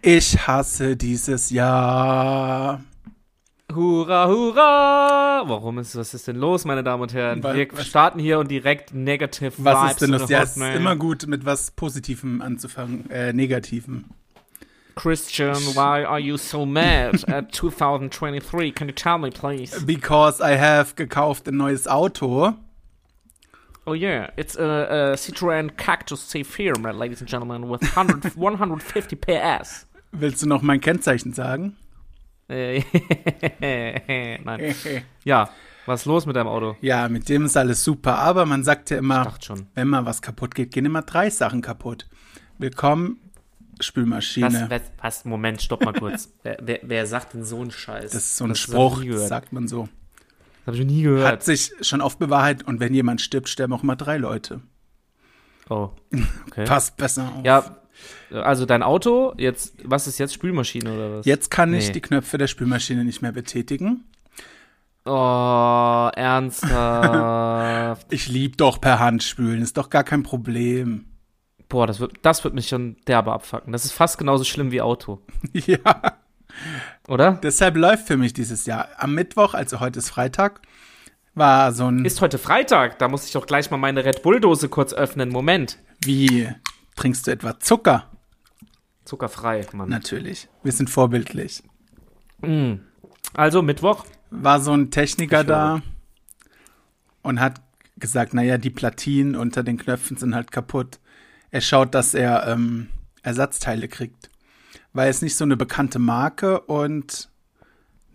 Ich hasse dieses Jahr. Hurra, hurra! Warum ist, was ist denn los, meine Damen und Herren? Weil- Wir was- starten hier und direkt negative Was Vibes ist denn in das? the Ja, es ist Hotmail. immer gut, mit was Positivem anzufangen, äh, Negativem. Christian, why are you so mad at 2023? Can you tell me, please? Because I have gekauft ein neues Auto. Oh yeah, it's a, a Citroen Cactus C4, my ladies and gentlemen, with 100, 150 PS. Willst du noch mein Kennzeichen sagen? Äh, Nein. Ja, was ist los mit deinem Auto? ja, mit dem ist alles super, aber man sagt ja immer, Dachte schon. wenn mal was kaputt geht, gehen immer drei Sachen kaputt. Willkommen, Was, Spülmaschine. Das, was, was, Moment, stopp mal kurz. wer, wer, wer sagt denn so einen Scheiß? ist so ein hab ich Spruch, nie gehört. sagt man so. Das hab ich noch nie gehört. Hat sich schon oft bewahrheitet und wenn jemand stirbt, sterben auch immer drei Leute. oh, okay. Passt besser auf. Ja, also dein Auto, jetzt, was ist jetzt? Spülmaschine oder was? Jetzt kann ich Nee. die Knöpfe der Spülmaschine nicht mehr betätigen. Oh, ernsthaft. Ich lieb doch per Hand spülen, ist doch gar kein Problem. Boah, das wird, das wird mich schon derbe abfacken. Das ist fast genauso schlimm wie Auto, ja, oder? deshalb läuft für mich dieses Jahr. Am Mittwoch, also heute ist Freitag, war so ein Ist heute Freitag, da muss ich doch gleich mal meine Red Bull-Dose kurz öffnen. Moment. Wie trinkst du etwa Zucker? Zuckerfrei, Mann. Natürlich. Wir sind vorbildlich. Mm. Also, Mittwoch. War so ein Techniker Ich da und hat gesagt, naja, die Platinen unter den Knöpfen sind halt kaputt. Er schaut, dass er ähm, Ersatzteile kriegt. Weil es nicht so eine bekannte Marke und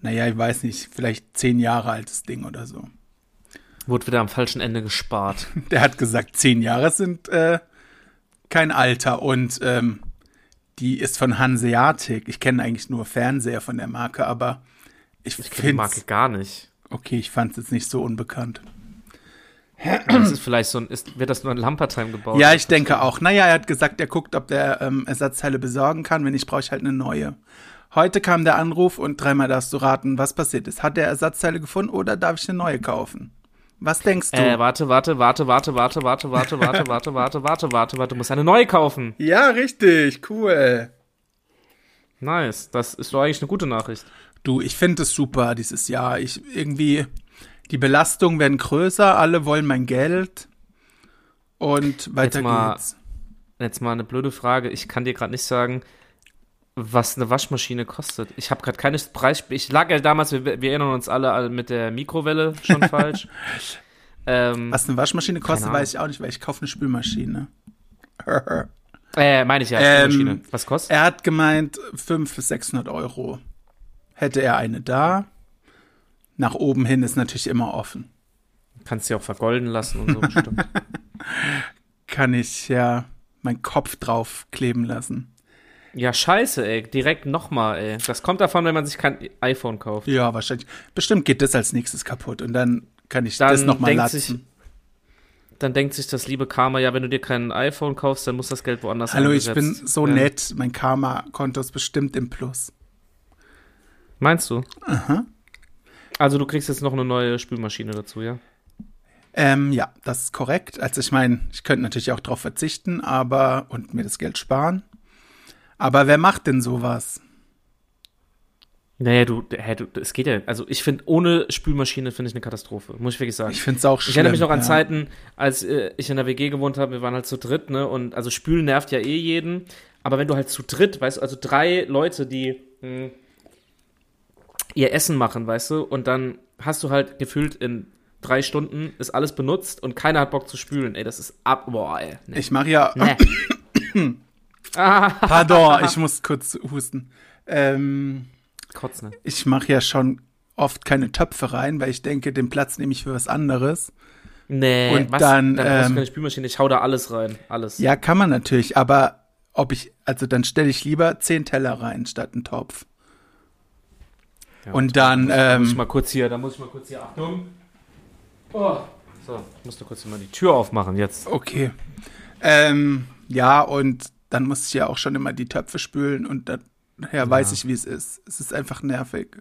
naja, ich weiß nicht, vielleicht zehn Jahre altes Ding oder so. Wurde wieder am falschen Ende gespart. Der hat gesagt, zehn Jahre sind äh, kein Alter und ähm, die ist von Hanseatic. Ich kenne eigentlich nur Fernseher von der Marke, aber ich, Ich kenne die finde Marke gar nicht. okay, ich fand es jetzt nicht so unbekannt. Das ist vielleicht so ein, ist, wird das nur in Lampertheim gebaut? ja, ich denke auch. Naja, er hat gesagt, er guckt, ob der ähm, Ersatzteile besorgen kann. Wenn nicht, brauche ich halt eine neue. Heute kam der Anruf und dreimal darfst du raten, was passiert ist. Hat der Ersatzteile gefunden oder darf ich eine neue kaufen? Was denkst du? Äh, warte, warte, warte, warte, warte, warte, warte, warte, warte, warte, warte, warte, warte, du musst eine neue kaufen. ja, richtig, cool. Nice, das ist doch eigentlich eine gute Nachricht. Du, ich finde es super dieses Jahr. Ich irgendwie die Belastungen werden größer, alle wollen mein Geld und weiter Jetzt mal- geht's. Jetzt mal eine blöde Frage. Ich kann dir gerade nicht sagen, was eine Waschmaschine kostet. Ich habe gerade keine Preis. Ich lag ja damals, wir, wir erinnern uns alle alle mit der Mikrowelle schon falsch. ähm, Was eine Waschmaschine kostet, Ahnung. weiß ich auch nicht, weil ich kaufe eine Spülmaschine. äh, meine ich ja, Ähm, Waschmaschine. Was kostet? Er hat gemeint, 500 bis 600 Euro. Hätte er eine da. Nach oben hin ist natürlich immer offen. äh, Kannst du ja auch vergolden lassen und so bestimmt. Kann ich ja meinen Kopf drauf kleben lassen. ja, scheiße, ey. Direkt nochmal, ey. Das kommt davon, wenn man sich kein iPhone kauft. Ja, wahrscheinlich. Bestimmt geht das als nächstes kaputt und dann kann ich Dann das nochmal denkt lassen. sich- Dann denkt sich das liebe Karma, ja, wenn du dir kein iPhone kaufst, dann muss das Geld woanders Hallo, ich bin eingesetzt so werden. nett. Mein Karma-Konto ist bestimmt im Plus. Meinst du? Aha. Also du kriegst jetzt noch eine neue Spülmaschine dazu, ja? Ähm, ja, das ist korrekt. Also ich meine, ich könnte natürlich auch drauf verzichten, aber und mir das Geld sparen. Aber wer macht denn sowas? Naja, du, hä, du es geht ja. Also ich finde, ohne Spülmaschine finde ich eine Katastrophe, muss ich wirklich sagen. Ich Ich, finde es auch schlimm. erinnere mich noch an ja. Zeiten, als äh, ich in der WG gewohnt habe, wir waren halt zu dritt, ne? Und also Spülen nervt ja eh jeden. Aber wenn du halt zu dritt, weißt du, also drei Leute, die mh, ihr Essen machen, weißt du, und dann hast du halt gefühlt in drei Stunden ist alles benutzt und keiner hat Bock zu spülen. Ey, das ist ab. Boah, ey. ne, Nee. Ich mache ja. nee. ah, Pardon, ich muss kurz husten. Ähm, kotzen. ich mache ja schon oft keine Töpfe rein, weil ich denke, den Platz nehme ich für was anderes. Nee, Und was? dann, dann brauchst du ähm, keine Spülmaschine, ich hau da alles rein. Alles. Ja, kann man natürlich, aber ob ich, also dann stelle ich lieber zehn Teller rein statt einen Topf. Ja, Und dann, Da muss ich ähm, mal kurz hier, da muss ich mal kurz hier, Achtung. Oh. So, ich musste kurz mal die Tür aufmachen jetzt. okay. Ähm, ja, und dann muss ich ja auch schon immer die Töpfe spülen und dann- daher weiß ich, wie es ist. Es ist einfach nervig.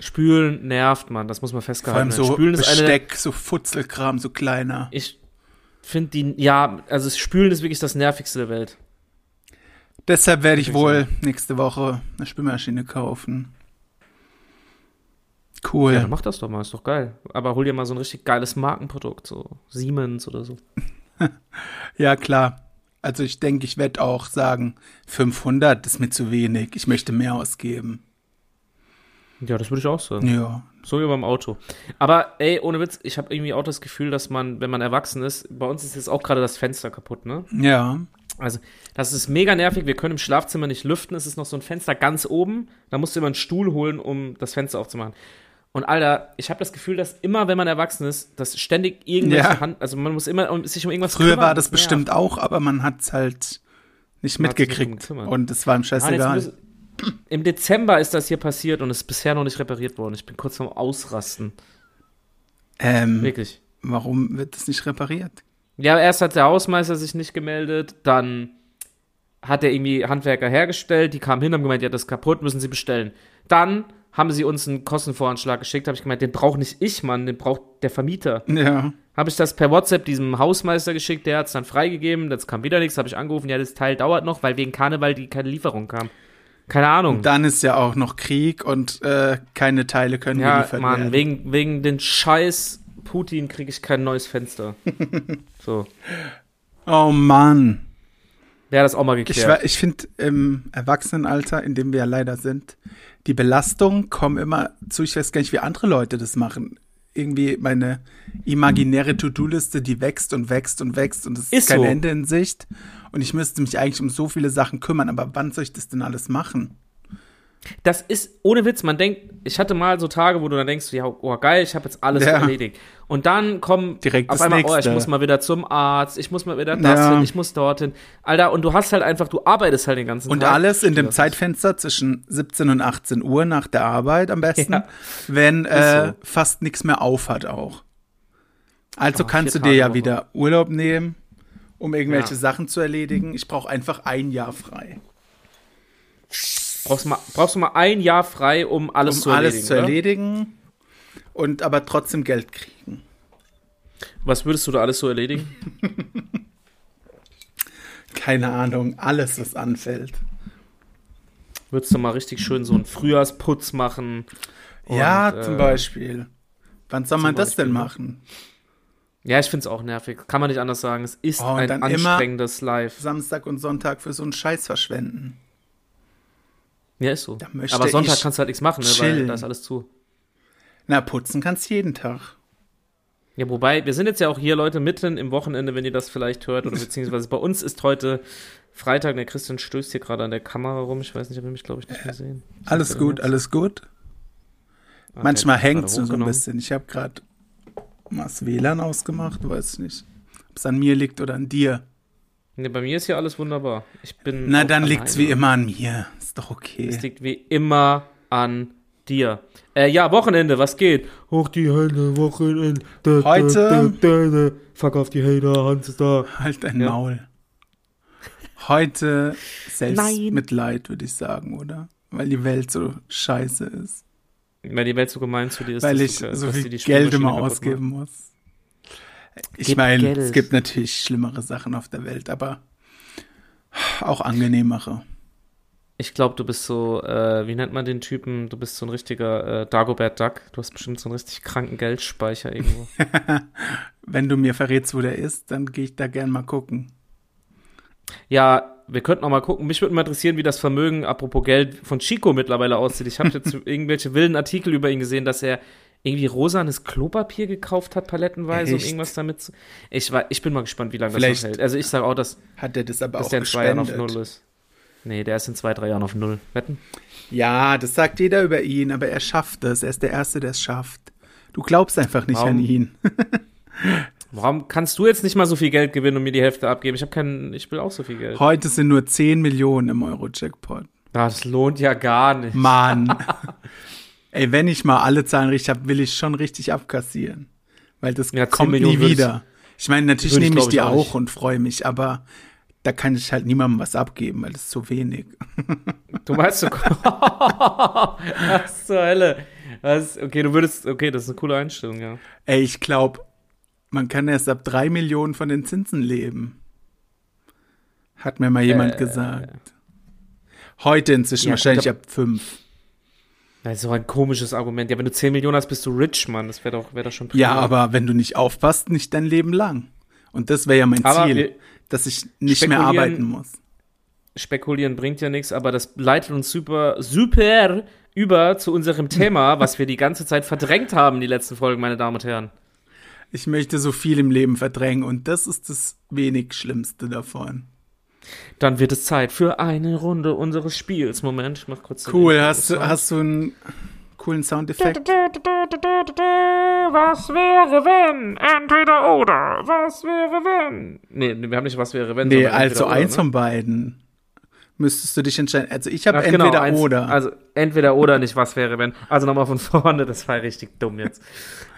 Spülen nervt man, das muss man Vor allem festgehalten so Spülen ist eine, Besteck, so Futzelkram, so kleiner. ich finde die, ja, also das Spülen ist wirklich das nervigste der Welt. Deshalb werde ich wohl nächste Woche eine Spülmaschine kaufen. Cool. Ja, dann mach das doch mal, ist doch geil. Aber hol dir mal so ein richtig geiles Markenprodukt, so Siemens oder so. Ja, klar. Also ich denke, ich werde auch sagen, 500 ist mir zu wenig. Ich möchte mehr ausgeben. Ja, das würde ich auch sagen. Ja. So wie beim Auto. Aber ey, ohne Witz, ich habe irgendwie auch das Gefühl, dass man, wenn man erwachsen ist, bei uns ist jetzt auch gerade das Fenster kaputt, ne? Ja. Also, das ist mega nervig. Wir können im Schlafzimmer nicht lüften. Es ist noch so ein Fenster ganz oben. Da musst du immer einen Stuhl holen, um das Fenster aufzumachen. Und Alter, ich habe das Gefühl, dass immer, wenn man erwachsen ist, dass ständig irgendwelche Ja. Hand, also man muss immer um, sich um irgendwas Früher war das nervt. bestimmt auch, aber man hat es halt nicht Man hat's nicht drum mitgekriegt. gekümmert. Und es war ihm Ah, jetzt scheißegal. müssen- Im Dezember ist das hier passiert und ist bisher noch nicht repariert worden. Ich bin kurz vorm Ausrasten. ähm, Wirklich. warum wird das nicht repariert? Ja, erst hat der Hausmeister sich nicht gemeldet, dann hat er irgendwie Handwerker hergestellt, die kamen hin, haben gemeint, ja, das ist kaputt, müssen sie bestellen. Dann haben sie uns einen Kostenvoranschlag geschickt, habe ich gemeint, den braucht nicht ich, Mann, den braucht der Vermieter. Ja. Habe ich das per WhatsApp diesem Hausmeister geschickt, der hat es dann freigegeben, jetzt kam wieder nichts, habe ich angerufen, ja, das Teil dauert noch, weil wegen Karneval die keine Lieferung kam. Keine Ahnung. Dann ist ja auch noch Krieg und äh, keine Teile können ja, geliefert Mann, werden. wegen, wegen den Scheiß Putin kriege ich kein neues Fenster. so, oh Mann. wäre das auch mal Ich, geklärt. wa- ich finde im Erwachsenenalter, in dem wir ja leider sind, die Belastungen kommen immer zu, ich weiß gar nicht, wie andere Leute das machen. Irgendwie meine imaginäre To-Do-Liste, die wächst und wächst und wächst und es ist, Ist kein so. Ende in Sicht. Und ich müsste mich eigentlich um so viele Sachen kümmern, aber wann soll ich das denn alles machen? Das ist ohne Witz, man denkt, ich hatte mal so Tage, wo du dann denkst, ja, oh geil, ich habe jetzt alles Ja. erledigt. Und dann kommen Direkt auf das einmal, oh, ich Nächste. muss mal wieder zum Arzt, ich muss mal wieder das Ja. hin, ich muss dorthin. Alter, und du hast halt einfach, du arbeitest halt den ganzen Und Tag. alles in dem Das- Zeitfenster zwischen 17 und 18 Uhr nach der Arbeit am besten, Ja. wenn äh, so. fast nichts mehr auf hat auch. Also Ah, kannst du vier dir ja Tage Woche. wieder Urlaub nehmen, um irgendwelche Ja. Sachen zu erledigen. Ich brauche einfach ein Jahr frei, Brauchst, mal, brauchst du mal ein Jahr frei, um alles um zu erledigen. alles zu erledigen und aber trotzdem Geld kriegen. Oder? Was würdest du da alles so erledigen? Keine Ahnung, alles, was anfällt. würdest du mal richtig schön so einen Frühjahrsputz machen? Und, ja, zum äh, Beispiel. Wann soll man zum das denn Beispiel. ne? machen? Ja, ich find's auch nervig. Kann man nicht anders sagen. Es ist Oh, und ein dann immer- anstrengendes Live. Samstag und Sonntag für so einen Scheiß verschwenden. Ja, ist so. möchte Aber Sonntag ich kannst du halt nichts machen, ne, weil chillen. da ist alles zu. Na, putzen kannst jeden Tag. Ja, wobei, wir sind jetzt ja auch hier, Leute, mitten im Wochenende, wenn ihr das vielleicht hört, oder beziehungsweise bei uns ist heute Freitag, der Christian stößt hier gerade an der Kamera rum. Ich weiß nicht, ob ihr mich, glaube ich, nicht mehr sehen. Alles Sind wir gut, jetzt? alles gut. Ah, Manchmal der hat hängt es nur gerade so ein hochgenommen. bisschen. Ich habe gerade mal das WLAN ausgemacht, weiß nicht. Ob es an mir liegt oder an dir. Nee, bei mir ist hier alles wunderbar. Ich bin. Na, auch dann liegt es alleine. wie immer an mir. Ist doch okay. Es liegt wie immer an dir. Äh, ja, Wochenende, was geht? Hoch die Hände, Wochenende. Da, da, Heute- da, da, da. Fuck auf die Hater, Hans ist da. halt dein Ja. Maul. Heute Nein. Selbstmitleid, würde ich sagen, oder? Weil die Welt so scheiße ist. Weil die Welt so gemein zu dir ist. Weil dass ich du- so dass viel die die Geld Spülmaschine immer kaputt macht. ausgeben muss. Ich Gib meine, Geld. es gibt natürlich schlimmere Sachen auf der Welt, aber auch angenehmere. Ich glaube, du bist so, äh, wie nennt man den Typen? Du bist so ein richtiger äh, Dagobert Duck. Du hast bestimmt so einen richtig kranken Geldspeicher irgendwo. Wenn du mir verrätst, wo der ist, dann gehe ich da gern mal gucken. ja, wir könnten auch mal gucken. Mich würde mal interessieren, wie das Vermögen, apropos Geld, von Chico mittlerweile aussieht. Ich habe jetzt irgendwelche wilden Artikel über ihn gesehen, dass er irgendwie rosanes Klopapier gekauft hat, palettenweise, um Echt? irgendwas damit zu. Ich, war, ich bin mal gespannt, wie lange das Vielleicht- noch hält. Also ich sage auch, dass, Hat der das aber dass auch der in zwei Jahren auf gespendet? Null ist. Nee, der ist in zwei, drei Jahren auf Null. Wetten? Ja, das sagt jeder über ihn, aber er schafft es. Er ist der Erste, der es schafft. Du glaubst einfach nicht Warum? an ihn. Warum kannst du jetzt nicht mal so viel Geld gewinnen und mir die Hälfte abgeben? Ich habe keinen, ich will auch so viel Geld. Ah, Heute sind nur 10 Millionen im Euro-Jackpot. Das lohnt ja gar nicht. Mann. Ey, wenn ich mal alle Zahlen richtig habe, will ich schon richtig abkassieren. Weil das Ja, 10 kommt Millionen nie würd ich- wieder. Ich meine, natürlich würd ich, nehme ich glaub ich, die auch auch nicht. und freue mich, aber da kann ich halt niemandem was abgeben, weil das ist zu wenig. Du meinst, du. Was zur Hölle? Was? Okay, du würdest. Okay, das ist eine coole Einstellung, ja. Ey, ich glaube, man kann erst ab drei Millionen von den Zinsen leben. Hat mir mal jemand Äh. gesagt. Heute inzwischen Ja, gut, wahrscheinlich aber- ab fünf. Das ist so ein komisches Argument. Ja, wenn du 10 Millionen hast, bist du rich, Mann. Das wäre doch, wär doch schon Ja, prima. aber wenn du nicht aufpasst, nicht dein Leben lang. Und das wäre ja mein Aber Ziel, wir- dass ich nicht mehr spekulieren- arbeiten muss. Spekulieren bringt ja nichts, aber das leitet uns super, super über zu unserem Thema, was wir die ganze Zeit verdrängt haben, die letzten Folgen, meine Damen und Herren. Ich möchte so viel im Leben verdrängen und das ist das wenig Schlimmste davon. Dann wird es Zeit für eine Runde unseres Spiels. Moment, ich mach kurz. den Cool, Intro- hast du, hast du einen coolen Soundeffekt? Was wäre wenn? Entweder oder. Was wäre wenn? Nee, nee, wir haben nicht was wäre wenn. Nee, sondern also entweder oder, eins ne? von beiden. Müsstest du dich entscheiden. Also ich habe Ach, entweder genau, eins, oder. Also entweder oder nicht was wäre wenn. Also nochmal von vorne, das war richtig dumm jetzt.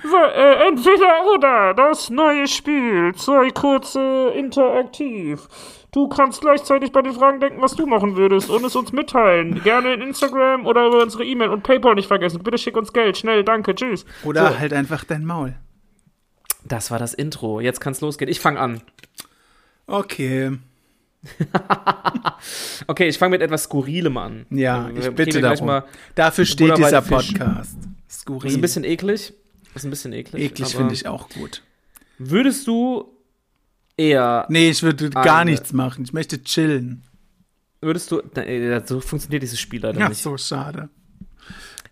äh, entweder oder, das neue Spiel. Zwei kurze interaktiv. Du kannst gleichzeitig bei den Fragen denken, was du machen würdest und es uns mitteilen. Gerne in Instagram oder über unsere E-Mail und PayPal nicht vergessen. Bitte schick uns Geld. Schnell, danke, tschüss. oder So. halt einfach dein Maul. Das war das Intro. Jetzt kann's losgehen. Ich fange an. Okay. Okay, ich fange mit etwas Skurrilem an. Ja, Wir ich kriegen bitte ja gleich darum. Mal, Dafür steht Buddha bei dieser den Fischen. Podcast. Skurril. ist ein bisschen eklig. Ist ein bisschen eklig. eklig aber finde ich auch gut. Würdest du eher, Nee, ich würde Ah, gar ne. nichts machen. Ich möchte chillen. würdest du, nee, so funktioniert dieses Spiel leider Ja, nicht. so schade.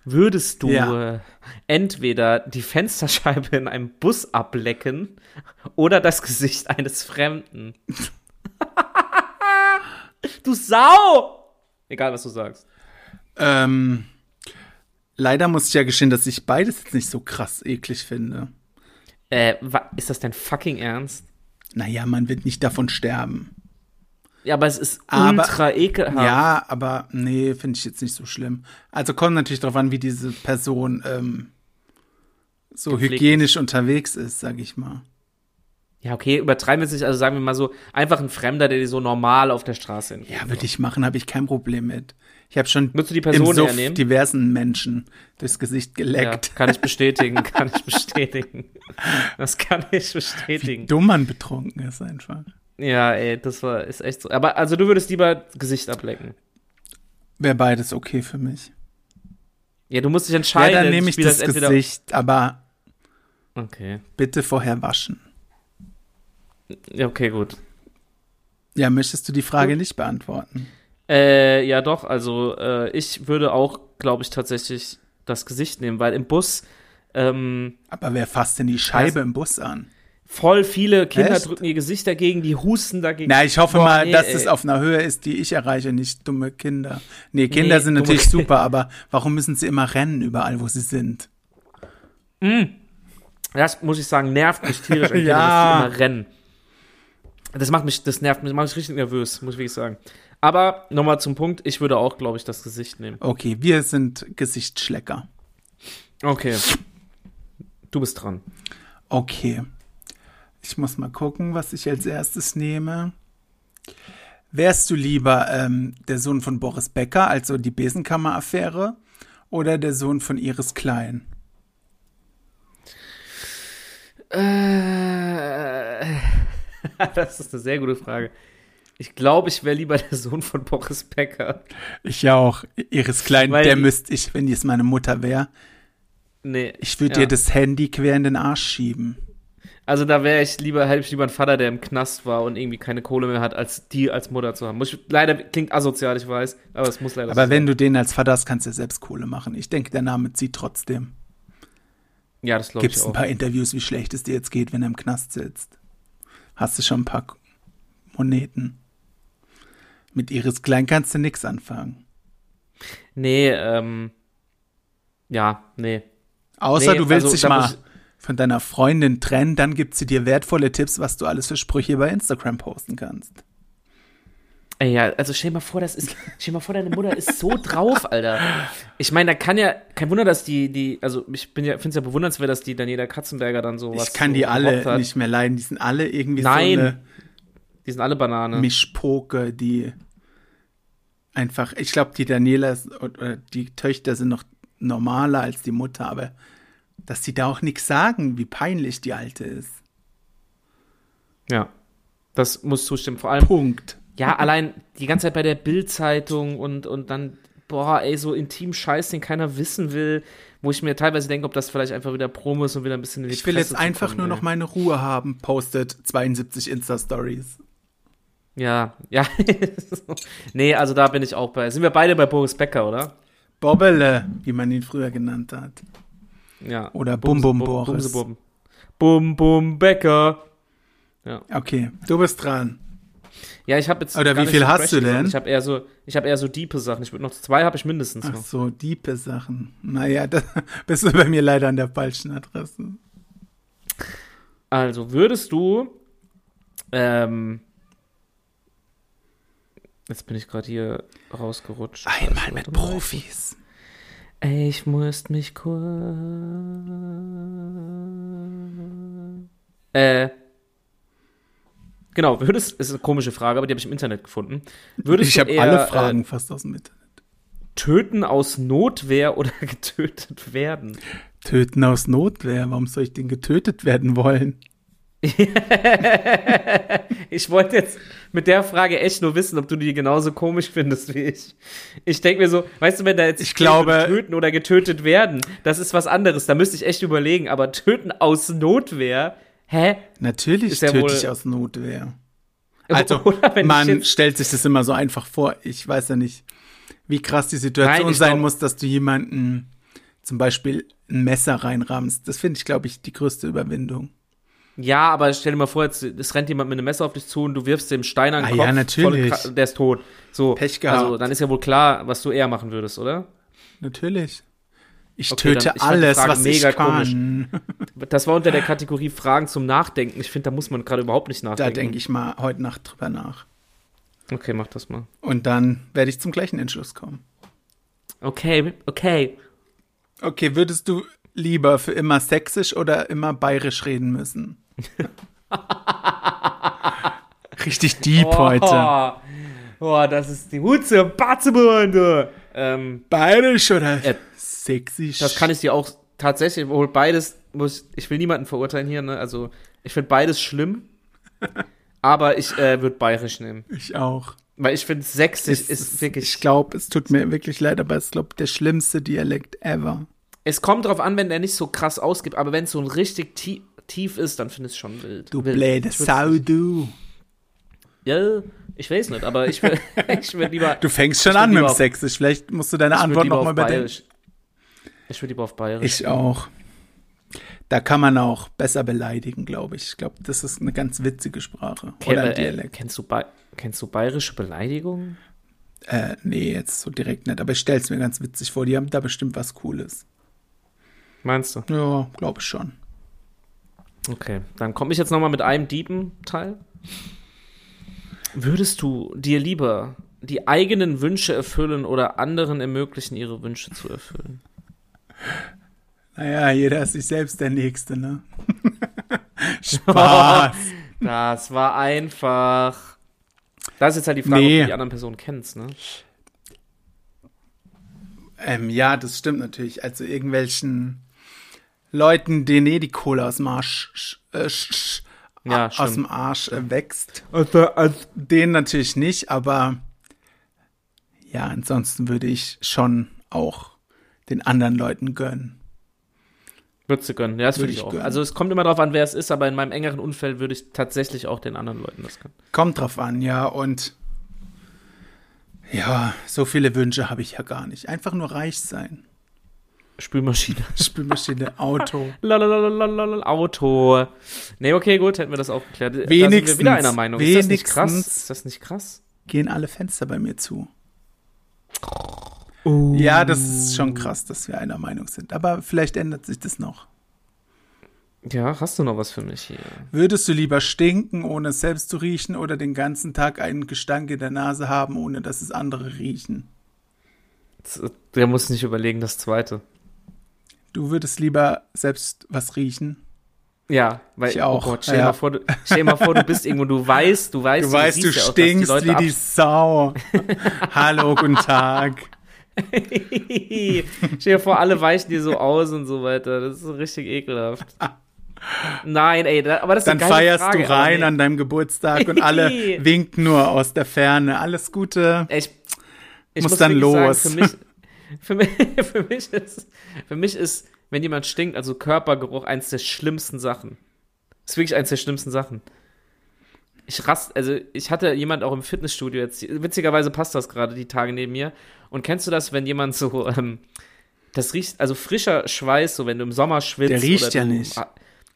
Würdest du Ja. äh, entweder die Fensterscheibe in einem Bus ablecken oder das Gesicht eines Fremden? du Sau! Egal, was du sagst. Ähm, leider muss ich ja gestehen, dass ich beides jetzt nicht so krass eklig finde. Äh, wa- ist das dein fucking Ernst? Naja, man wird nicht davon sterben. Ja, aber es ist Aber- ultra ekelhaft. Ja, aber nee, finde ich jetzt nicht so schlimm. Also kommt natürlich darauf an, wie diese Person ähm, so Gepflegt ist. hygienisch unterwegs ist, sag ich mal. Ja, okay, übertreiben wir es nicht. Also sagen wir mal so, einfach ein Fremder, der dir so normal auf der Straße entgeht. Ja, würde ich machen, habe ich kein Problem mit. Ich habe schon Würdest du die Person im Suff hernehmen? diversen Menschen durchs Gesicht Ja, geleckt. kann ich bestätigen, kann ich bestätigen. Das kann ich bestätigen. Dumm man betrunken ist einfach. Ja, ey, das war, ist echt so. Aber also du würdest lieber Gesicht ablecken. Wäre beides okay für mich. Ja, du musst dich Ja, entscheiden. dann nehme ich Spiel das entweder- Gesicht, aber Okay. bitte vorher waschen. Ja, okay, gut. Ja, möchtest du die Frage nicht beantworten? Äh, ja, doch, also äh, ich würde auch, glaube ich, tatsächlich das Gesicht nehmen, weil im Bus ähm, Aber wer fasst denn die Scheibe im Bus an? voll viele Kinder Echt? drücken ihr Gesicht dagegen, die husten dagegen. Na, ich hoffe Boah, mal, nee, dass ey. es auf einer Höhe ist, die ich erreiche, nicht dumme Kinder. Nee, Kinder Nee, sind dumme natürlich Kinder. super, aber warum müssen sie immer rennen überall, wo sie sind? Das muss ich sagen, nervt mich tierisch, wenn Ja. Kinder das immer rennen. Das macht mich, das nervt mich, macht mich richtig nervös, muss ich wirklich sagen. Aber nochmal zum Punkt, ich würde auch, glaube ich, das Gesicht nehmen. Okay, wir sind Gesichtsschlecker. Okay. Du bist dran. Okay. Ich muss mal gucken, was ich als erstes nehme. Wärst du lieber ähm, der Sohn von Boris Becker, also die Besenkammer-Affäre, oder der Sohn von Iris Klein? Äh. das ist eine sehr gute Frage. Ich glaube, ich wäre lieber der Sohn von Boris Becker. Ich auch. Iris Klein, Weil der die- müsste ich, wenn jetzt meine Mutter wäre, Nee. ich würde ja. dir das Handy quer in den Arsch schieben. Also da wäre ich lieber, hätte ich lieber einen Vater, der im Knast war und irgendwie keine Kohle mehr hat, als die als Mutter zu haben. Muss ich, leider klingt asozial, ich weiß, aber es muss leider so Aber sein. wenn du den als Vater hast, kannst du ja selbst Kohle machen. Ich denke, der Name zieht trotzdem. Ja, das glaube Gibt ich es ein auch. paar Interviews, wie schlecht es dir jetzt geht, wenn er im Knast sitzt? Hast du schon ein paar Moneten? Mit Iris Klein kannst du nix anfangen. Nee, ähm. Ja, nee. Außer Nee, du willst also, dich da mal muss- von deiner Freundin trennen, dann gibt sie dir wertvolle Tipps, was du alles für Sprüche bei Instagram posten kannst. Ey, ja, also stell dir mal vor, das ist, stell dir mal vor, deine Mutter ist so drauf, Alter. Ich meine, da kann ja, kein Wunder, dass die, die, also ich bin ja, finde es ja bewundernswert, dass die Daniela Katzenberger dann sowas. ich kann so die alle gerockt hat. nicht mehr leiden. Die sind alle irgendwie Nein. so eine Die sind alle Banane. Mischpoke, die einfach. Ich glaube, die Daniela ist- oder die Töchter sind noch normaler als die Mutter, aber dass die da auch nichts sagen, wie peinlich die alte ist. Ja. Das muss zustimmen. Vor allem, Punkt. Ja, allein die ganze Zeit bei der Bild-Zeitung und, und dann, boah, ey, so intim Scheiß, den keiner wissen will, wo ich mir teilweise denke, ob das vielleicht einfach wieder Promo ist und wieder ein bisschen in die Ich will Presse jetzt zu einfach kommen, nur ey. noch meine Ruhe haben, postet 72 Insta-Stories. Ja, ja. nee, also da bin ich auch bei. Sind wir beide bei Boris Becker, oder? Bobbele, wie man ihn früher genannt hat. Ja. Oder Bum Bum Bum- Boris. Bumsebum. Bum Bum Becker. Okay, du bist dran. Ja, ich habe jetzt Oder gar wie nicht viel so hast du trashige Sachen. denn? Ich habe eher so ich habe eher so diepe Sachen. Ich würde noch zwei habe ich mindestens Ach noch. so, diepe Sachen. Naja, da bist du bei mir leider an der falschen Adresse. Also, würdest du ähm Jetzt bin ich gerade hier rausgerutscht. Einmal Also, mit warte mal. Profis. Ich muss mich kurz. Äh. Genau, würdest. Ist eine komische Frage, aber die habe ich im Internet gefunden. Würdest Ich du habe eher, alle Fragen fast aus dem Internet. Äh, töten aus Notwehr oder getötet werden? Töten aus Notwehr. Warum soll ich denn getötet werden wollen? ich wollte jetzt mit der Frage echt nur wissen, ob du die genauso komisch findest wie ich. Ich denke mir so, weißt du, wenn da jetzt Ich steht, glaube- töten oder getötet werden, das ist was anderes. Da müsste ich echt überlegen, aber töten aus Notwehr? Hä? Natürlich Ist ja töte wohl- ich aus Notwehr. Also, Oder wenn ich man jetzt- stellt sich das immer so einfach vor. Ich weiß ja nicht, wie krass die Situation Nein, ich sein glaub- muss, dass du jemanden zum Beispiel ein Messer reinrammst. Das finde ich, glaube ich, die größte Überwindung. Ja, aber stell dir mal vor, jetzt, es rennt jemand mit einem Messer auf dich zu und du wirfst dem Stein an den Ah, Kopf. ja, natürlich. volle Kra- Der ist tot. So, Pech gehabt. Also, dann ist ja wohl klar, was du eher machen würdest, oder? Natürlich. Ich Okay, töte dann- ich fand die alles, Frage was mega ich kann. Das war unter der Kategorie Fragen zum Nachdenken. Ich finde, da muss man gerade überhaupt nicht Da nachdenken. denke ich mal heute Nacht drüber nach. Okay, mach das mal. Und dann werde ich zum gleichen Entschluss kommen. Okay, okay. Okay, würdest du lieber für immer sächsisch oder immer bayerisch reden müssen? Richtig deep heute. Boah, Boah, das ist die Hutze, Batzebunde. Ähm, Bayerisch oder Äh, sächsisch? das kann ich dir auch tatsächlich, wohl beides, muss, ich will niemanden verurteilen hier, ne? Also, ich finde beides schlimm, aber ich äh, würde bayerisch nehmen. ich auch. Weil ich finde, sächsisch Es ist wirklich. ich glaube, es tut mir wirklich leid, aber es ist, glaube ich, der schlimmste Dialekt ever. es kommt drauf an, wenn der nicht so krass ausgibt, aber wenn es so ein richtig tief, tief ist, dann finde ich es schon wild. Du wild. bläde Ich würd's Sau, nicht. du. Ja, ich weiß nicht, aber ich will, ich will lieber. Du fängst schon Ich würd an mit dem lieber auf- Sächsisch. Vielleicht musst du deine ich würd Antwort lieber nochmal auf überdenken. Bayerisch. Ich würde lieber auf Bayerisch. Ich auch. Da kann man auch besser beleidigen, glaube ich. Ich glaube, das ist eine ganz witzige Sprache. Oder ein Kenn- äh, Dialekt. Kennst du, Ba- kennst du bayerische Beleidigungen? Äh, nee, jetzt so direkt nicht. Aber ich stelle es mir ganz witzig vor. Die haben da bestimmt was Cooles. Meinst du? Ja, glaube ich schon. Okay, dann komme ich jetzt nochmal mit einem Diepen-Teil. Würdest du dir lieber die eigenen Wünsche erfüllen oder anderen ermöglichen, ihre Wünsche zu erfüllen? Naja, jeder ist sich selbst der Nächste, ne? Spaß. Das war einfach. Das ist jetzt halt die Frage, ob Nee. du die anderen Personen kennst, ne? ähm, ja, das stimmt natürlich. Also irgendwelchen Leuten, denen eh die Kohle aus dem Arsch, sch- äh, sch- sch- a- Ja, aus stimmt. dem Arsch äh, wächst. Also, Den natürlich nicht, aber ja, ansonsten würde ich schon auch den anderen Leuten gönnen. Würdest du gönnen, ja, das würde Würde ich ich auch. gönnen. Also es kommt immer darauf an, wer es ist, aber in meinem engeren Umfeld würde ich tatsächlich auch den anderen Leuten das gönnen. Kommt drauf an, ja, und ja, so viele Wünsche habe ich ja gar nicht. Einfach nur reich sein. Spülmaschine. Spülmaschine, Auto. Lalalalalalal, Auto. Nee, okay, gut, hätten wir das auch geklärt. Da sind Wenigstens, wir wieder einer Meinung. Ist das nicht krass? wenigstens. Ist das nicht krass? Gehen alle Fenster bei mir zu. Ja, das ist schon krass, dass wir einer Meinung sind. Aber vielleicht ändert sich das noch. Ja, hast du noch was für mich hier? Würdest du lieber stinken, ohne es selbst zu riechen, oder den ganzen Tag einen Gestank in der Nase haben, ohne dass es andere riechen? Z- Der muss nicht überlegen, das zweite. Du würdest lieber selbst was riechen. Ja, weil Ich auch, Oh Gott, stell, dir ja. mal vor, du, stell dir mal vor, du bist irgendwo, du weißt, du weißt, Du weißt, du siehst ja auch, dass die stinkst Leute wie die Sau. Hallo, guten Tag. Stell dir vor, alle weichen dir so aus und so weiter. Das ist so richtig ekelhaft. Nein, ey, da, aber das ist Dann eine geile feierst Frage, du aber rein nee. an deinem Geburtstag und alle winken nur aus der Ferne. Alles Gute. Ey, Ich, ich Muss dann wirklich los. für, mich, für, mich, für, mich ist, für mich ist, wenn jemand stinkt, also Körpergeruch, eins der schlimmsten Sachen. Ist wirklich eins der schlimmsten Sachen. Ich rast, also ich hatte jemand auch im Fitnessstudio jetzt, witzigerweise passt das gerade die Tage neben mir. Und kennst du das, wenn jemand so, ähm, das riecht, also frischer Schweiß, so wenn du im Sommer schwitzt. Der riecht oder ja du, nicht.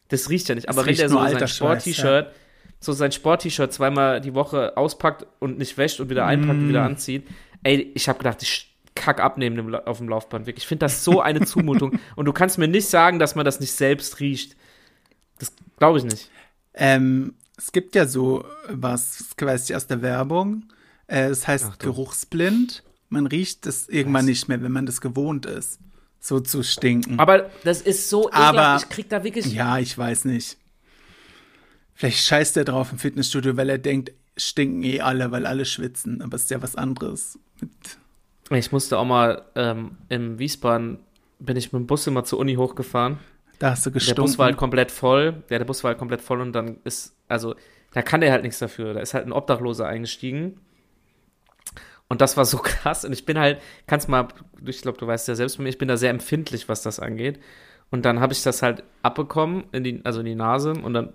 Das riecht ja nicht, aber wenn riecht der so nur alter sein Schweiß, Sport-T-Shirt, so sein Sport-T-Shirt zweimal die Woche auspackt und nicht wäscht und Mm. wieder einpackt und wieder anzieht. Ey, ich habe gedacht, ich kack abnehmen im La- auf dem Laufband. Wirklich, ich finde das so eine Zumutung. und du kannst mir nicht sagen, dass man das nicht selbst riecht. Das glaube ich nicht. Ähm, es gibt ja so was, das weiß ich aus der Werbung. Äh, es heißt geruchsblind. Man riecht es irgendwann nicht mehr, wenn man das gewohnt ist, so zu stinken. Aber das ist so ekelhaft. Aber- ich krieg da wirklich. ja, ich weiß nicht. Vielleicht scheißt er drauf im Fitnessstudio, weil er denkt, stinken eh alle, weil alle schwitzen. Aber es ist ja was anderes. Mit Ich musste auch mal ähm, in Wiesbaden, bin ich mit dem Bus immer zur Uni hochgefahren. Da hast du Der gestunken. Bus war halt komplett voll. Ja, der Bus war halt komplett voll und dann ist, also, da kann der halt nichts dafür. Da ist halt ein Obdachloser eingestiegen. Und das war so krass. Und ich bin halt, kannst mal, ich glaube, du weißt ja selbst bei mir, ich bin da sehr empfindlich, was das angeht. Und dann habe ich das halt abbekommen, in die, also in die Nase. Und dann,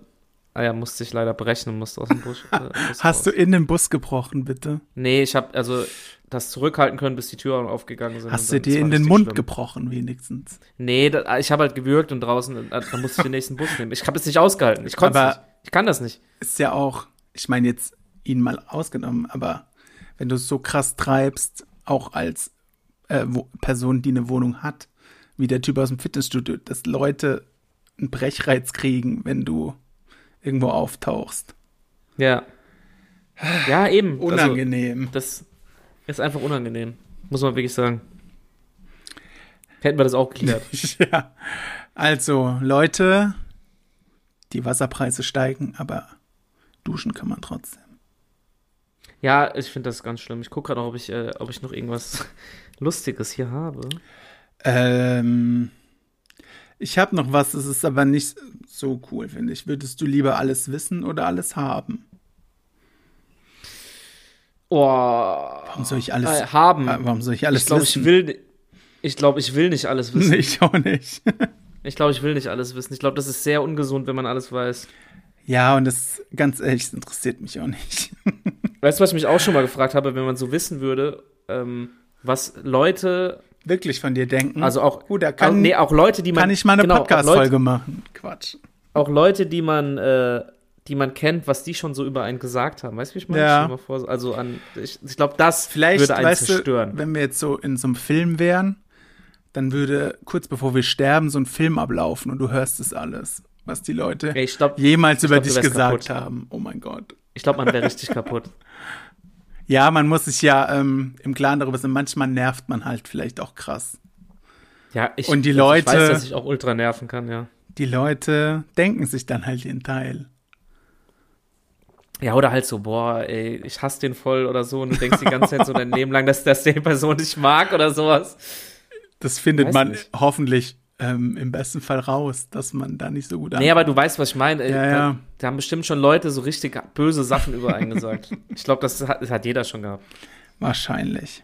ah ja, musste ich leider brechen und musste aus dem Bus. Äh, Bus raus. hast du in den Bus gebrochen, bitte? Nee, ich habe also das zurückhalten können, bis die Türen aufgegangen sind. Hast Und du dann- das dir war in den richtig Mund schlimm. gebrochen, wenigstens? Nee, da, ich habe halt gewürgt und draußen, äh, da, da musste ich den nächsten Bus nehmen. Ich habe es nicht ausgehalten. Ich konnte Aber- nicht. Ich kann das nicht. ist ja auch, ich meine jetzt ihn mal ausgenommen, aber wenn du es so krass treibst, auch als äh, wo, Person, die eine Wohnung hat, wie der Typ aus dem Fitnessstudio, dass Leute einen Brechreiz kriegen, wenn du irgendwo auftauchst. Ja. Ja, eben. Unangenehm. Also, das ist einfach unangenehm. Muss man wirklich sagen. Hätten wir das auch geklärt. ja. Also, Leute, die Wasserpreise steigen, aber duschen kann man trotzdem. ja, ich finde das ganz schlimm. Ich gucke gerade noch, ob ich, äh, ob ich noch irgendwas Lustiges hier habe. Ähm, ich habe noch was, es ist aber nicht so cool, finde ich. Würdest du lieber alles wissen oder alles haben? Oh, Warum soll ich äh, alles haben. äh, Warum soll ich alles ich glaube, wissen? ich will. Ich glaube, ich will nicht alles wissen. Nee, ich auch nicht. Ich glaube, ich will nicht alles wissen. Ich glaube, das ist sehr ungesund, wenn man alles weiß. ja, und das ganz ehrlich, das interessiert mich auch nicht. Weißt du, was ich mich auch schon mal gefragt habe, wenn man so wissen würde, ähm, was Leute, Wirklich von dir denken. also auch, Hm? Gut, da kann- auch, nee, auch Leute, die man, kann ich mal eine genau, auch Leute- Podcast-Folge machen. Quatsch. auch Leute, die man, äh, die man kennt, was die schon so über einen gesagt haben. Weißt du, wie ich meine? Ja. Stell dir mal vor, also an, ich, ich glaube, das Vielleicht, würde einen weißt zerstören. du, wenn wir jetzt so in so einem Film wären, dann würde kurz bevor wir sterben so ein Film ablaufen und du hörst es alles, was die Leute Ey, ich glaube, jemals über glaub, du dich wärst gesagt kaputt. haben. Oh mein Gott. ich glaub, man wäre richtig kaputt. Ja, man muss sich ja ähm, im Klaren darüber sein, manchmal nervt man halt vielleicht auch krass. Ja, ich, also Und die ich weiß, Leute- dass ich auch ultra nerven kann, ja. Die Leute denken sich dann halt ihren Teil. Ja, oder halt so, boah, ey, ich hasse den voll oder so und du denkst die ganze Zeit so dein Leben lang, dass, dass der die Person nicht mag oder sowas. Das findet Weiß man nicht. hoffentlich ähm, im besten Fall raus, dass man da nicht so gut Nee, aber du weißt, was ich meine. Ey, Ja, da, ja. da haben bestimmt schon Leute so richtig böse Sachen über einen gesagt. Ich glaube, das hat, das hat jeder schon gehabt. Wahrscheinlich.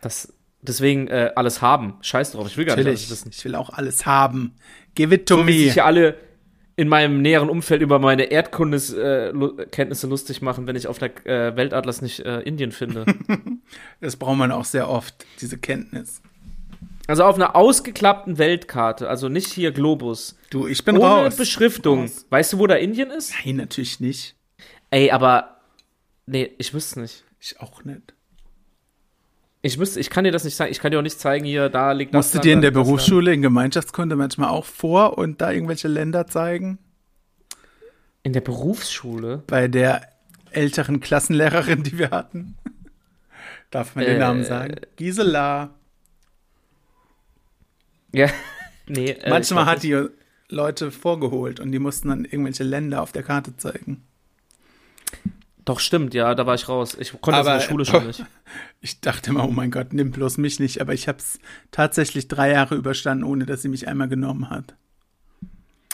Das, deswegen äh, alles haben. Scheiß drauf, ich will gar Natürlich. nicht alles wissen. Ich will auch alles haben. Give it to Wie me. sich ja alle in meinem näheren Umfeld über meine Erdkundenkenntnisse äh, Lu- Kenntnisse lustig machen, wenn ich auf der äh, Weltatlas nicht äh, Indien finde. Das braucht man auch sehr oft, diese Kenntnis. also auf einer ausgeklappten Weltkarte, also nicht hier Globus. Du, ich bin Ohne raus. Beschriftung. Raus. Weißt du, wo da Indien ist? Nein, natürlich nicht. Ey, aber. Nee, ich wüsste nicht. Ich auch nicht. Ich müsste, ich kann dir das nicht zeigen. Ich kann dir auch nicht zeigen, hier, da liegt das. Musst du Land, dir in da der liegt das Land. Berufsschule, in Gemeinschaftskunde manchmal auch vor und da irgendwelche Länder zeigen? In der Berufsschule? Bei der älteren Klassenlehrerin, die wir hatten. Darf man den Äh, Namen sagen? Gisela. Ja. Nee. äh, Manchmal ich glaub hat die Leute vorgeholt und die mussten dann irgendwelche Länder auf der Karte zeigen. nicht. Doch, stimmt, ja, da war ich raus. Ich konnte Aber- das in der Schule schon nicht. Ich dachte immer, oh mein Gott, nimm bloß mich nicht, aber ich habe es tatsächlich drei Jahre überstanden, ohne dass sie mich einmal genommen hat.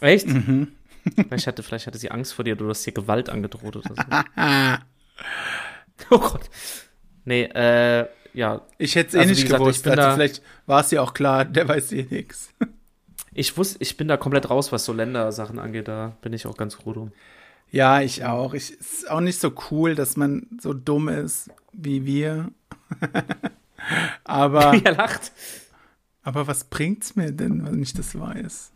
Echt? Mhm. Vielleicht, hatte, vielleicht hatte sie Angst vor dir, du hast ihr Gewalt angedroht oder so. oh Gott. Nee, äh, ja. Ich hätte es eh Also, wie nicht gesagt, ich gewusst. bin Also da- vielleicht war es ja auch klar, der weiß eh nichts. Ich wusste, ich bin da komplett raus, was so Ländersachen angeht. Da bin ich auch ganz froh drum. Ja, ich auch. Ich, ist auch nicht so cool, dass man so dumm ist wie wir. aber, Wie er lacht. aber was bringt's mir denn, wenn ich das weiß?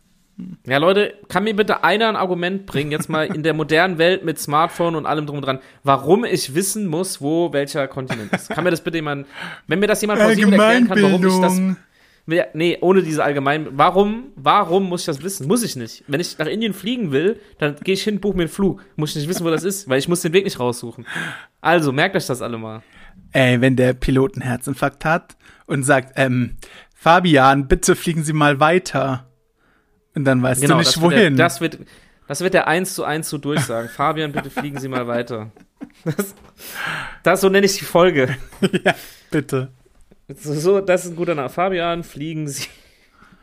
Ja, Leute, kann mir bitte einer ein Argument bringen, jetzt mal in der modernen Welt mit Smartphone und allem drum und dran, warum ich wissen muss, wo welcher Kontinent ist? Kann mir das bitte jemand, wenn mir das jemand plausibel erklären kann, warum ich das Ja, Nee, ohne diese allgemein. Warum, warum muss ich das wissen? Muss ich nicht. Wenn ich nach Indien fliegen will, dann gehe ich hin, buche mir einen Flug. Muss ich nicht wissen, wo das ist, weil ich muss den Weg nicht raussuchen. Also, merkt euch das alle mal. Ey, wenn der Pilot einen Herzinfarkt hat und sagt, ähm, Fabian, bitte fliegen Sie mal weiter. Und dann weißt du nicht, Genau, das wohin. Wird der, das, wird, das wird der 1 zu 1 so durchsagen. Fabian, bitte fliegen Sie mal weiter. Das, das so nenne ich die Folge. ja, bitte. So, so, das ist ein guter Name. Fabian, fliegen Sie.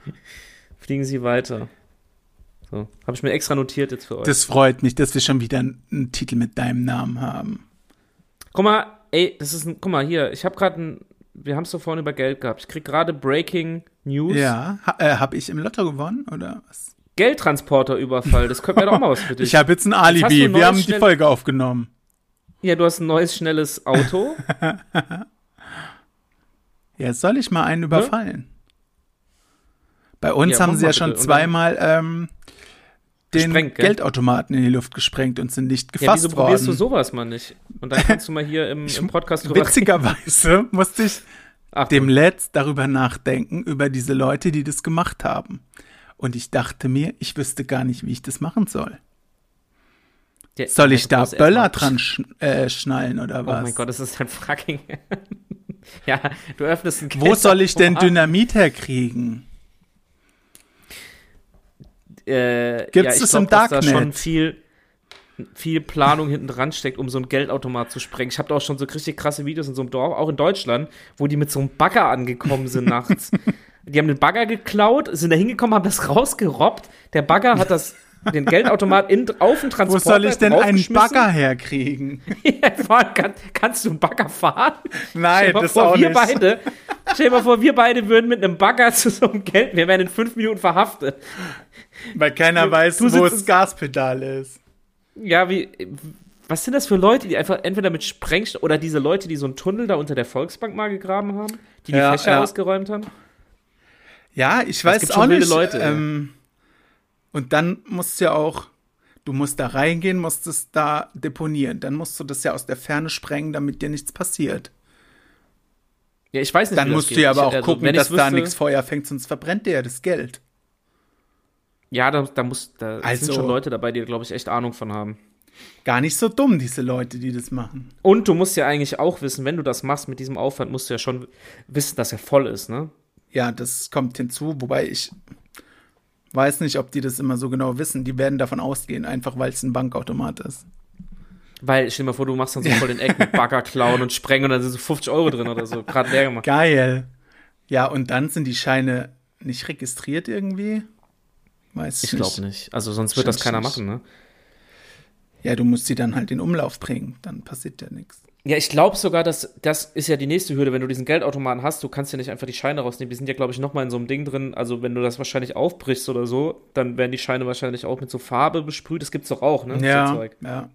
Fliegen Sie weiter. So, habe ich mir extra notiert jetzt für euch. Das freut mich, dass wir schon wieder einen Titel mit deinem Namen haben. Guck mal, ey, das ist ein. Guck mal, hier, ich habe gerade ein. Wir haben es so vorhin über Geld gehabt. Ich krieg gerade Breaking News. Ja, ha äh, habe ich im Lotto gewonnen oder was? Geldtransporterüberfall. Das könnte mir doch auch mal was für dich. Ich habe jetzt ein hast du Alibi. neues Wir haben die schnell- Folge aufgenommen. ja, du hast ein neues, schnelles Auto. Jetzt soll ich mal einen überfallen. Bei uns Ne? Ja, haben mach sie mal ja schon bitte. Und dann- zweimal ähm, den Gesprengt, gell? Geldautomaten in die Luft gesprengt und sind nicht ja, gefasst wieso worden. probierst du sowas mal nicht? Und dann kannst du mal hier im, im Podcast drüber Witzigerweise musste ich Ach, dem Letzt darüber nachdenken, über diese Leute, die das gemacht haben. Und ich dachte mir, ich wüsste gar nicht, wie ich das machen soll. der- Soll ich der- da muss erst mal- Böller dran sch äh, schnallen oder Oh was? mein Gott, das ist ein fucking. ja, du öffnest ein Wo soll ich denn Geldautomat. Dynamit herkriegen? Äh, Gibt's ich das glaub, im dass Da Darknet? schon viel, viel Planung hinten dran steckt, um so einen Geldautomat zu sprengen. Ich habe da auch schon so richtig krasse Videos in so einem Dorf, auch in Deutschland, wo die mit so einem Bagger angekommen sind nachts. Die haben den Bagger geklaut, sind da hingekommen, haben das rausgerobbt. Der Bagger hat das den Geldautomat in, auf den Wo Transporter soll ich denn einen draufgeschmissen. Bagger herkriegen? Ja, fahren kann, kannst du einen Bagger fahren? Nein, Stell mal das vor, auch wir nicht. Beide, stell dir mal vor, wir beide würden mit einem Bagger zu so einem Geld, wir wären in fünf Minuten verhaftet. Weil keiner Du- weiß, du wo sitzt- das Gaspedal ist. Ja, wie. Was sind das für Leute, die einfach entweder mit Sprengstoff oder diese Leute, die so einen Tunnel da unter der Volksbank mal gegraben haben, die die Ja, Fächer ja. ausgeräumt haben? Ja, ich weiß gibt auch schon wilde nicht. Leute, ja. ähm, und dann musst du ja auch, du musst da reingehen, musst es da deponieren. Dann musst du das ja aus der Ferne sprengen, damit dir nichts passiert. Ja, ich weiß nicht. Dann wie das musst geht. du ja aber Ich- auch also, gucken, wenn dass ich's da wüsste- nichts Feuer fängt, sonst verbrennt dir ja das Geld. Ja, da, da, muss, da Also- sind schon Leute dabei, die, glaube ich, echt Ahnung von haben. Gar nicht so dumm, diese Leute, die das machen. Und du musst ja eigentlich auch wissen, wenn du das machst mit diesem Aufwand, musst du ja schon wissen, dass er voll ist, ne? Ja, das kommt hinzu, wobei ich weiß nicht, ob die das immer so genau wissen. Die werden davon ausgehen, einfach weil es ein Bankautomat ist. Weil, stell dir mal vor, du machst dann so voll den Eck mit Bagger klauen und sprengen und dann sind so 50 Euro drin oder so. Gerade leer gemacht. Geil. Ja, und dann sind die Scheine nicht registriert irgendwie? Weiß Ich glaube nicht. Also sonst wird das keiner machen, ne? Ja, du musst sie dann halt in Umlauf bringen, dann passiert ja nichts. Ja, ich glaube sogar, dass das ist ja die nächste Hürde, wenn du diesen Geldautomaten hast, du kannst ja nicht einfach die Scheine rausnehmen. Die sind ja, glaube ich, nochmal in so einem Ding drin. Also, wenn du das wahrscheinlich aufbrichst oder so, dann werden die Scheine wahrscheinlich auch mit so Farbe besprüht. Das gibt's doch auch, ne? So Ja, Zeug. ja.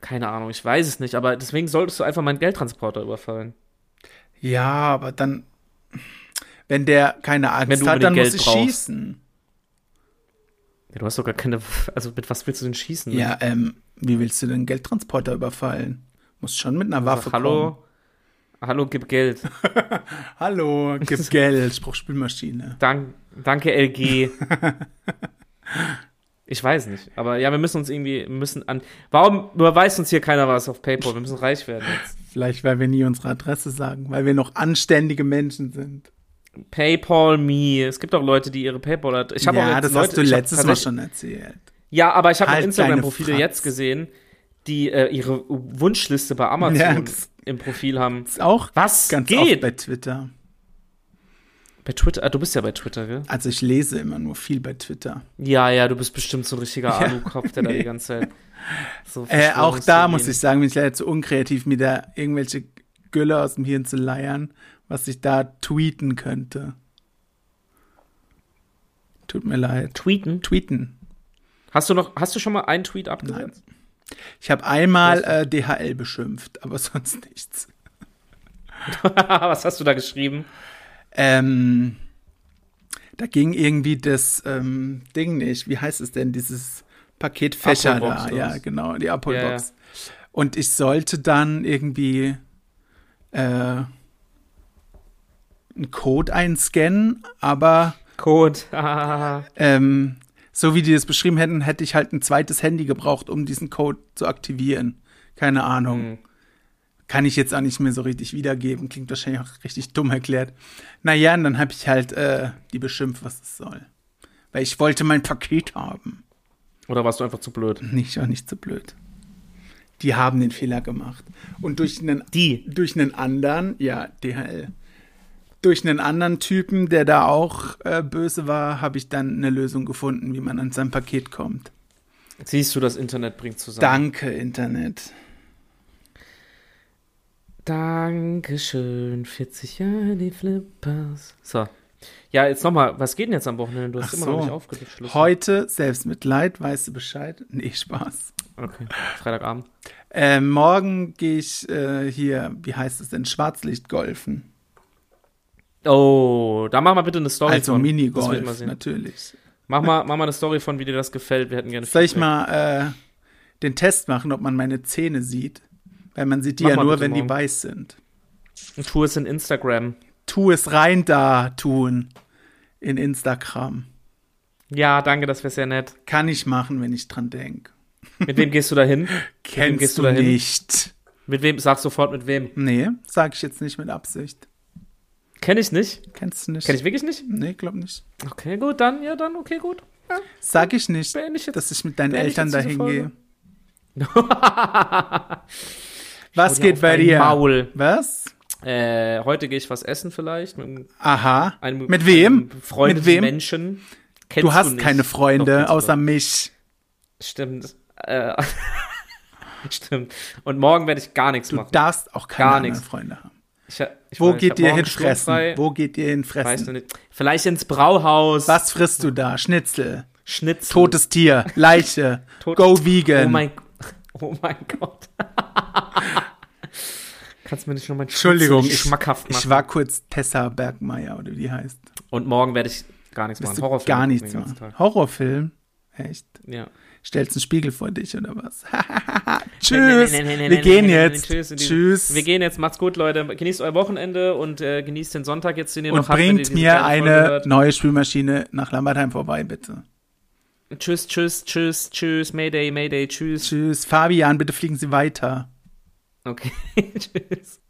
Keine Ahnung, ich weiß es nicht, aber deswegen solltest du einfach meinen Geldtransporter überfallen. ja, aber dann, wenn der keine Wenn Angst du hat, dann unbedingt muss ich Geld brauchst. schießen. Ja, du hast sogar keine. Also, mit was willst du denn schießen? Also, Ja, ähm, wie willst du denn Geldtransporter überfallen? Muss schon mit einer Waffe Sag, Also hallo? Hallo, gib Geld. kommen. Hallo, gib Geld, Spruchspülmaschine. Dank, danke, LG. ich weiß nicht. Aber ja, wir müssen uns irgendwie wir müssen an. Warum überweist uns hier keiner was auf PayPal? Wir müssen reich werden jetzt. Vielleicht, weil wir nie unsere Adresse sagen, weil wir noch anständige Menschen sind. PayPal me. Es gibt auch Leute, die ihre PayPal hat. Ich habe auch ja, jetzt das Leute, hast du ich hab letztes Mal tatsächlich- schon erzählt. Ja, aber ich habe Halt auch Instagram-Profile deine Fratz. jetzt gesehen, die äh, ihre Wunschliste bei Amazon Ja, das- im Profil haben. Ist auch Was ganz oft geht? bei Twitter. Bei Twitter, ah, du bist ja bei Twitter, gell? Also ich lese immer nur viel bei Twitter. Ja, ja, du bist bestimmt so ein richtiger Alu-Kopf, der da die ganze Zeit so Äh, auch da muss ich Verschwörungstheorien- sagen, bin ich leider zu unkreativ, mir da irgendwelche Gülle aus dem Hirn zu leiern, was ich da tweeten könnte. Tut mir leid. Tweeten? Tweeten. Hast du noch, hast du schon mal einen Tweet abgesetzt? Ich habe einmal äh, DHL beschimpft, aber sonst nichts. Was hast du da geschrieben? Ähm, da ging irgendwie das ähm, Ding nicht. Wie heißt es denn? Dieses Paketfächer Abholbox da. oder Ja, was? genau, die Apple Ja, Box. Und ich sollte dann irgendwie äh, einen Code einscannen, aber Code. Ah, ähm, so wie die das beschrieben hätten, hätte ich halt ein zweites Handy gebraucht, um diesen Code zu aktivieren. Keine Ahnung. hm. Kann ich jetzt auch nicht mehr so richtig wiedergeben. Klingt wahrscheinlich auch richtig dumm erklärt. Naja, und dann habe ich halt äh, die beschimpft, was es soll. Weil ich wollte mein Paket haben. Oder warst du einfach zu blöd? Nicht auch nicht so blöd. Die haben den Fehler gemacht. Und durch einen, Die. durch einen anderen, ja, DHL, durch einen anderen Typen, der da auch äh, böse war, habe ich dann eine Lösung gefunden, wie man an sein Paket kommt. Siehst du, das Internet bringt zusammen. Danke, Internet. Dankeschön, 40 Jahre die Flippers. So. Ja, jetzt nochmal, was geht denn jetzt am Wochenende? Du hast Ach immer so. noch nicht aufgeschlossen. Heute Selbstmitleid, weißt du Bescheid? Nee, Spaß. Okay, Freitagabend. Ähm, morgen gehe ich äh, hier, wie heißt es denn, Schwarzlicht golfen. Oh, da mach mal bitte eine Story also von. Das will ich mal Minigolf, sehen. natürlich. Mach mal, mach mal eine Story von, wie dir das gefällt. Wir hätten gerne Soll ich Feedback. mal äh, den Test machen, ob man meine Zähne sieht? Weil man sieht die Mach ja mal nur, bitte wenn die morgen. weiß sind. Und tu es in Instagram. Tu es rein da, tun. In Instagram. Ja, danke, das wäre sehr nett. Kann ich machen, wenn ich dran denke. Mit wem gehst du da hin? Kennst gehst du, du da hin? nicht. Mit wem? Sag sofort mit wem. Nee, sag ich jetzt nicht mit Absicht. Kenn ich nicht. Kennst du nicht? Kenn ich wirklich nicht? Nee, glaub nicht. Okay, gut, dann, ja, dann, okay, gut. Sag ich nicht, Beende ich jetzt. dass ich mit deinen Beende ich Eltern jetzt diese dahin Folge? gehe. Was Schau dir geht auf bei dein dir? Maul. Was? Äh, heute gehe ich was essen vielleicht. Mit einem, Aha. einem, Mit wem? Einem befreundeten Mit wem? Menschen. Kennst Du hast nicht. keine Doch, Freunde kennst du außer mich. doch. Stimmt. Äh, stimmt. Und morgen werde ich gar nichts Du machen. darfst auch keine Gar anderen nichts. Freunde haben. Ich, ich, Wo ich hab geht ihr morgen hin fressen? sturmfrei. Wo geht ihr hin Weiß noch fressen? nicht. Vielleicht ins Brauhaus. Was frisst du da? Schnitzel, Schnitzel. totes Tier, Leiche, Tot- Go Oh Vegan. mein, oh mein Gott. Kannst mir nicht nur mein Entschuldigung, Schnitzel ich, schmackhaft machen. ich war kurz Tessa Bergmeier oder wie die heißt. Und morgen werde ich gar nichts machen. Bist du Horrorfilm gar gucken nichts den ganzen machen. Tag. Horrorfilm? Echt? Ja. Stellst einen Spiegel vor dich oder was? Nee, Tschüss. nee, nee, nee, nee, Wir nee, gehen nee, nee, nee, jetzt. Tschüss. in diesem- Tschüss. Wir gehen jetzt. Macht's gut, Leute. Genießt euer Wochenende und äh, genießt den Sonntag jetzt, den ihr Und noch habt. wenn ihr bringt diese mir kleine Folge eine hört. neue Spülmaschine nach Lambertheim vorbei, bitte. Tschüss, tschüss, tschüss, tschüss. Mayday, Mayday, tschüss. Tschüss. Fabian, bitte fliegen Sie weiter. Okay, tschüss.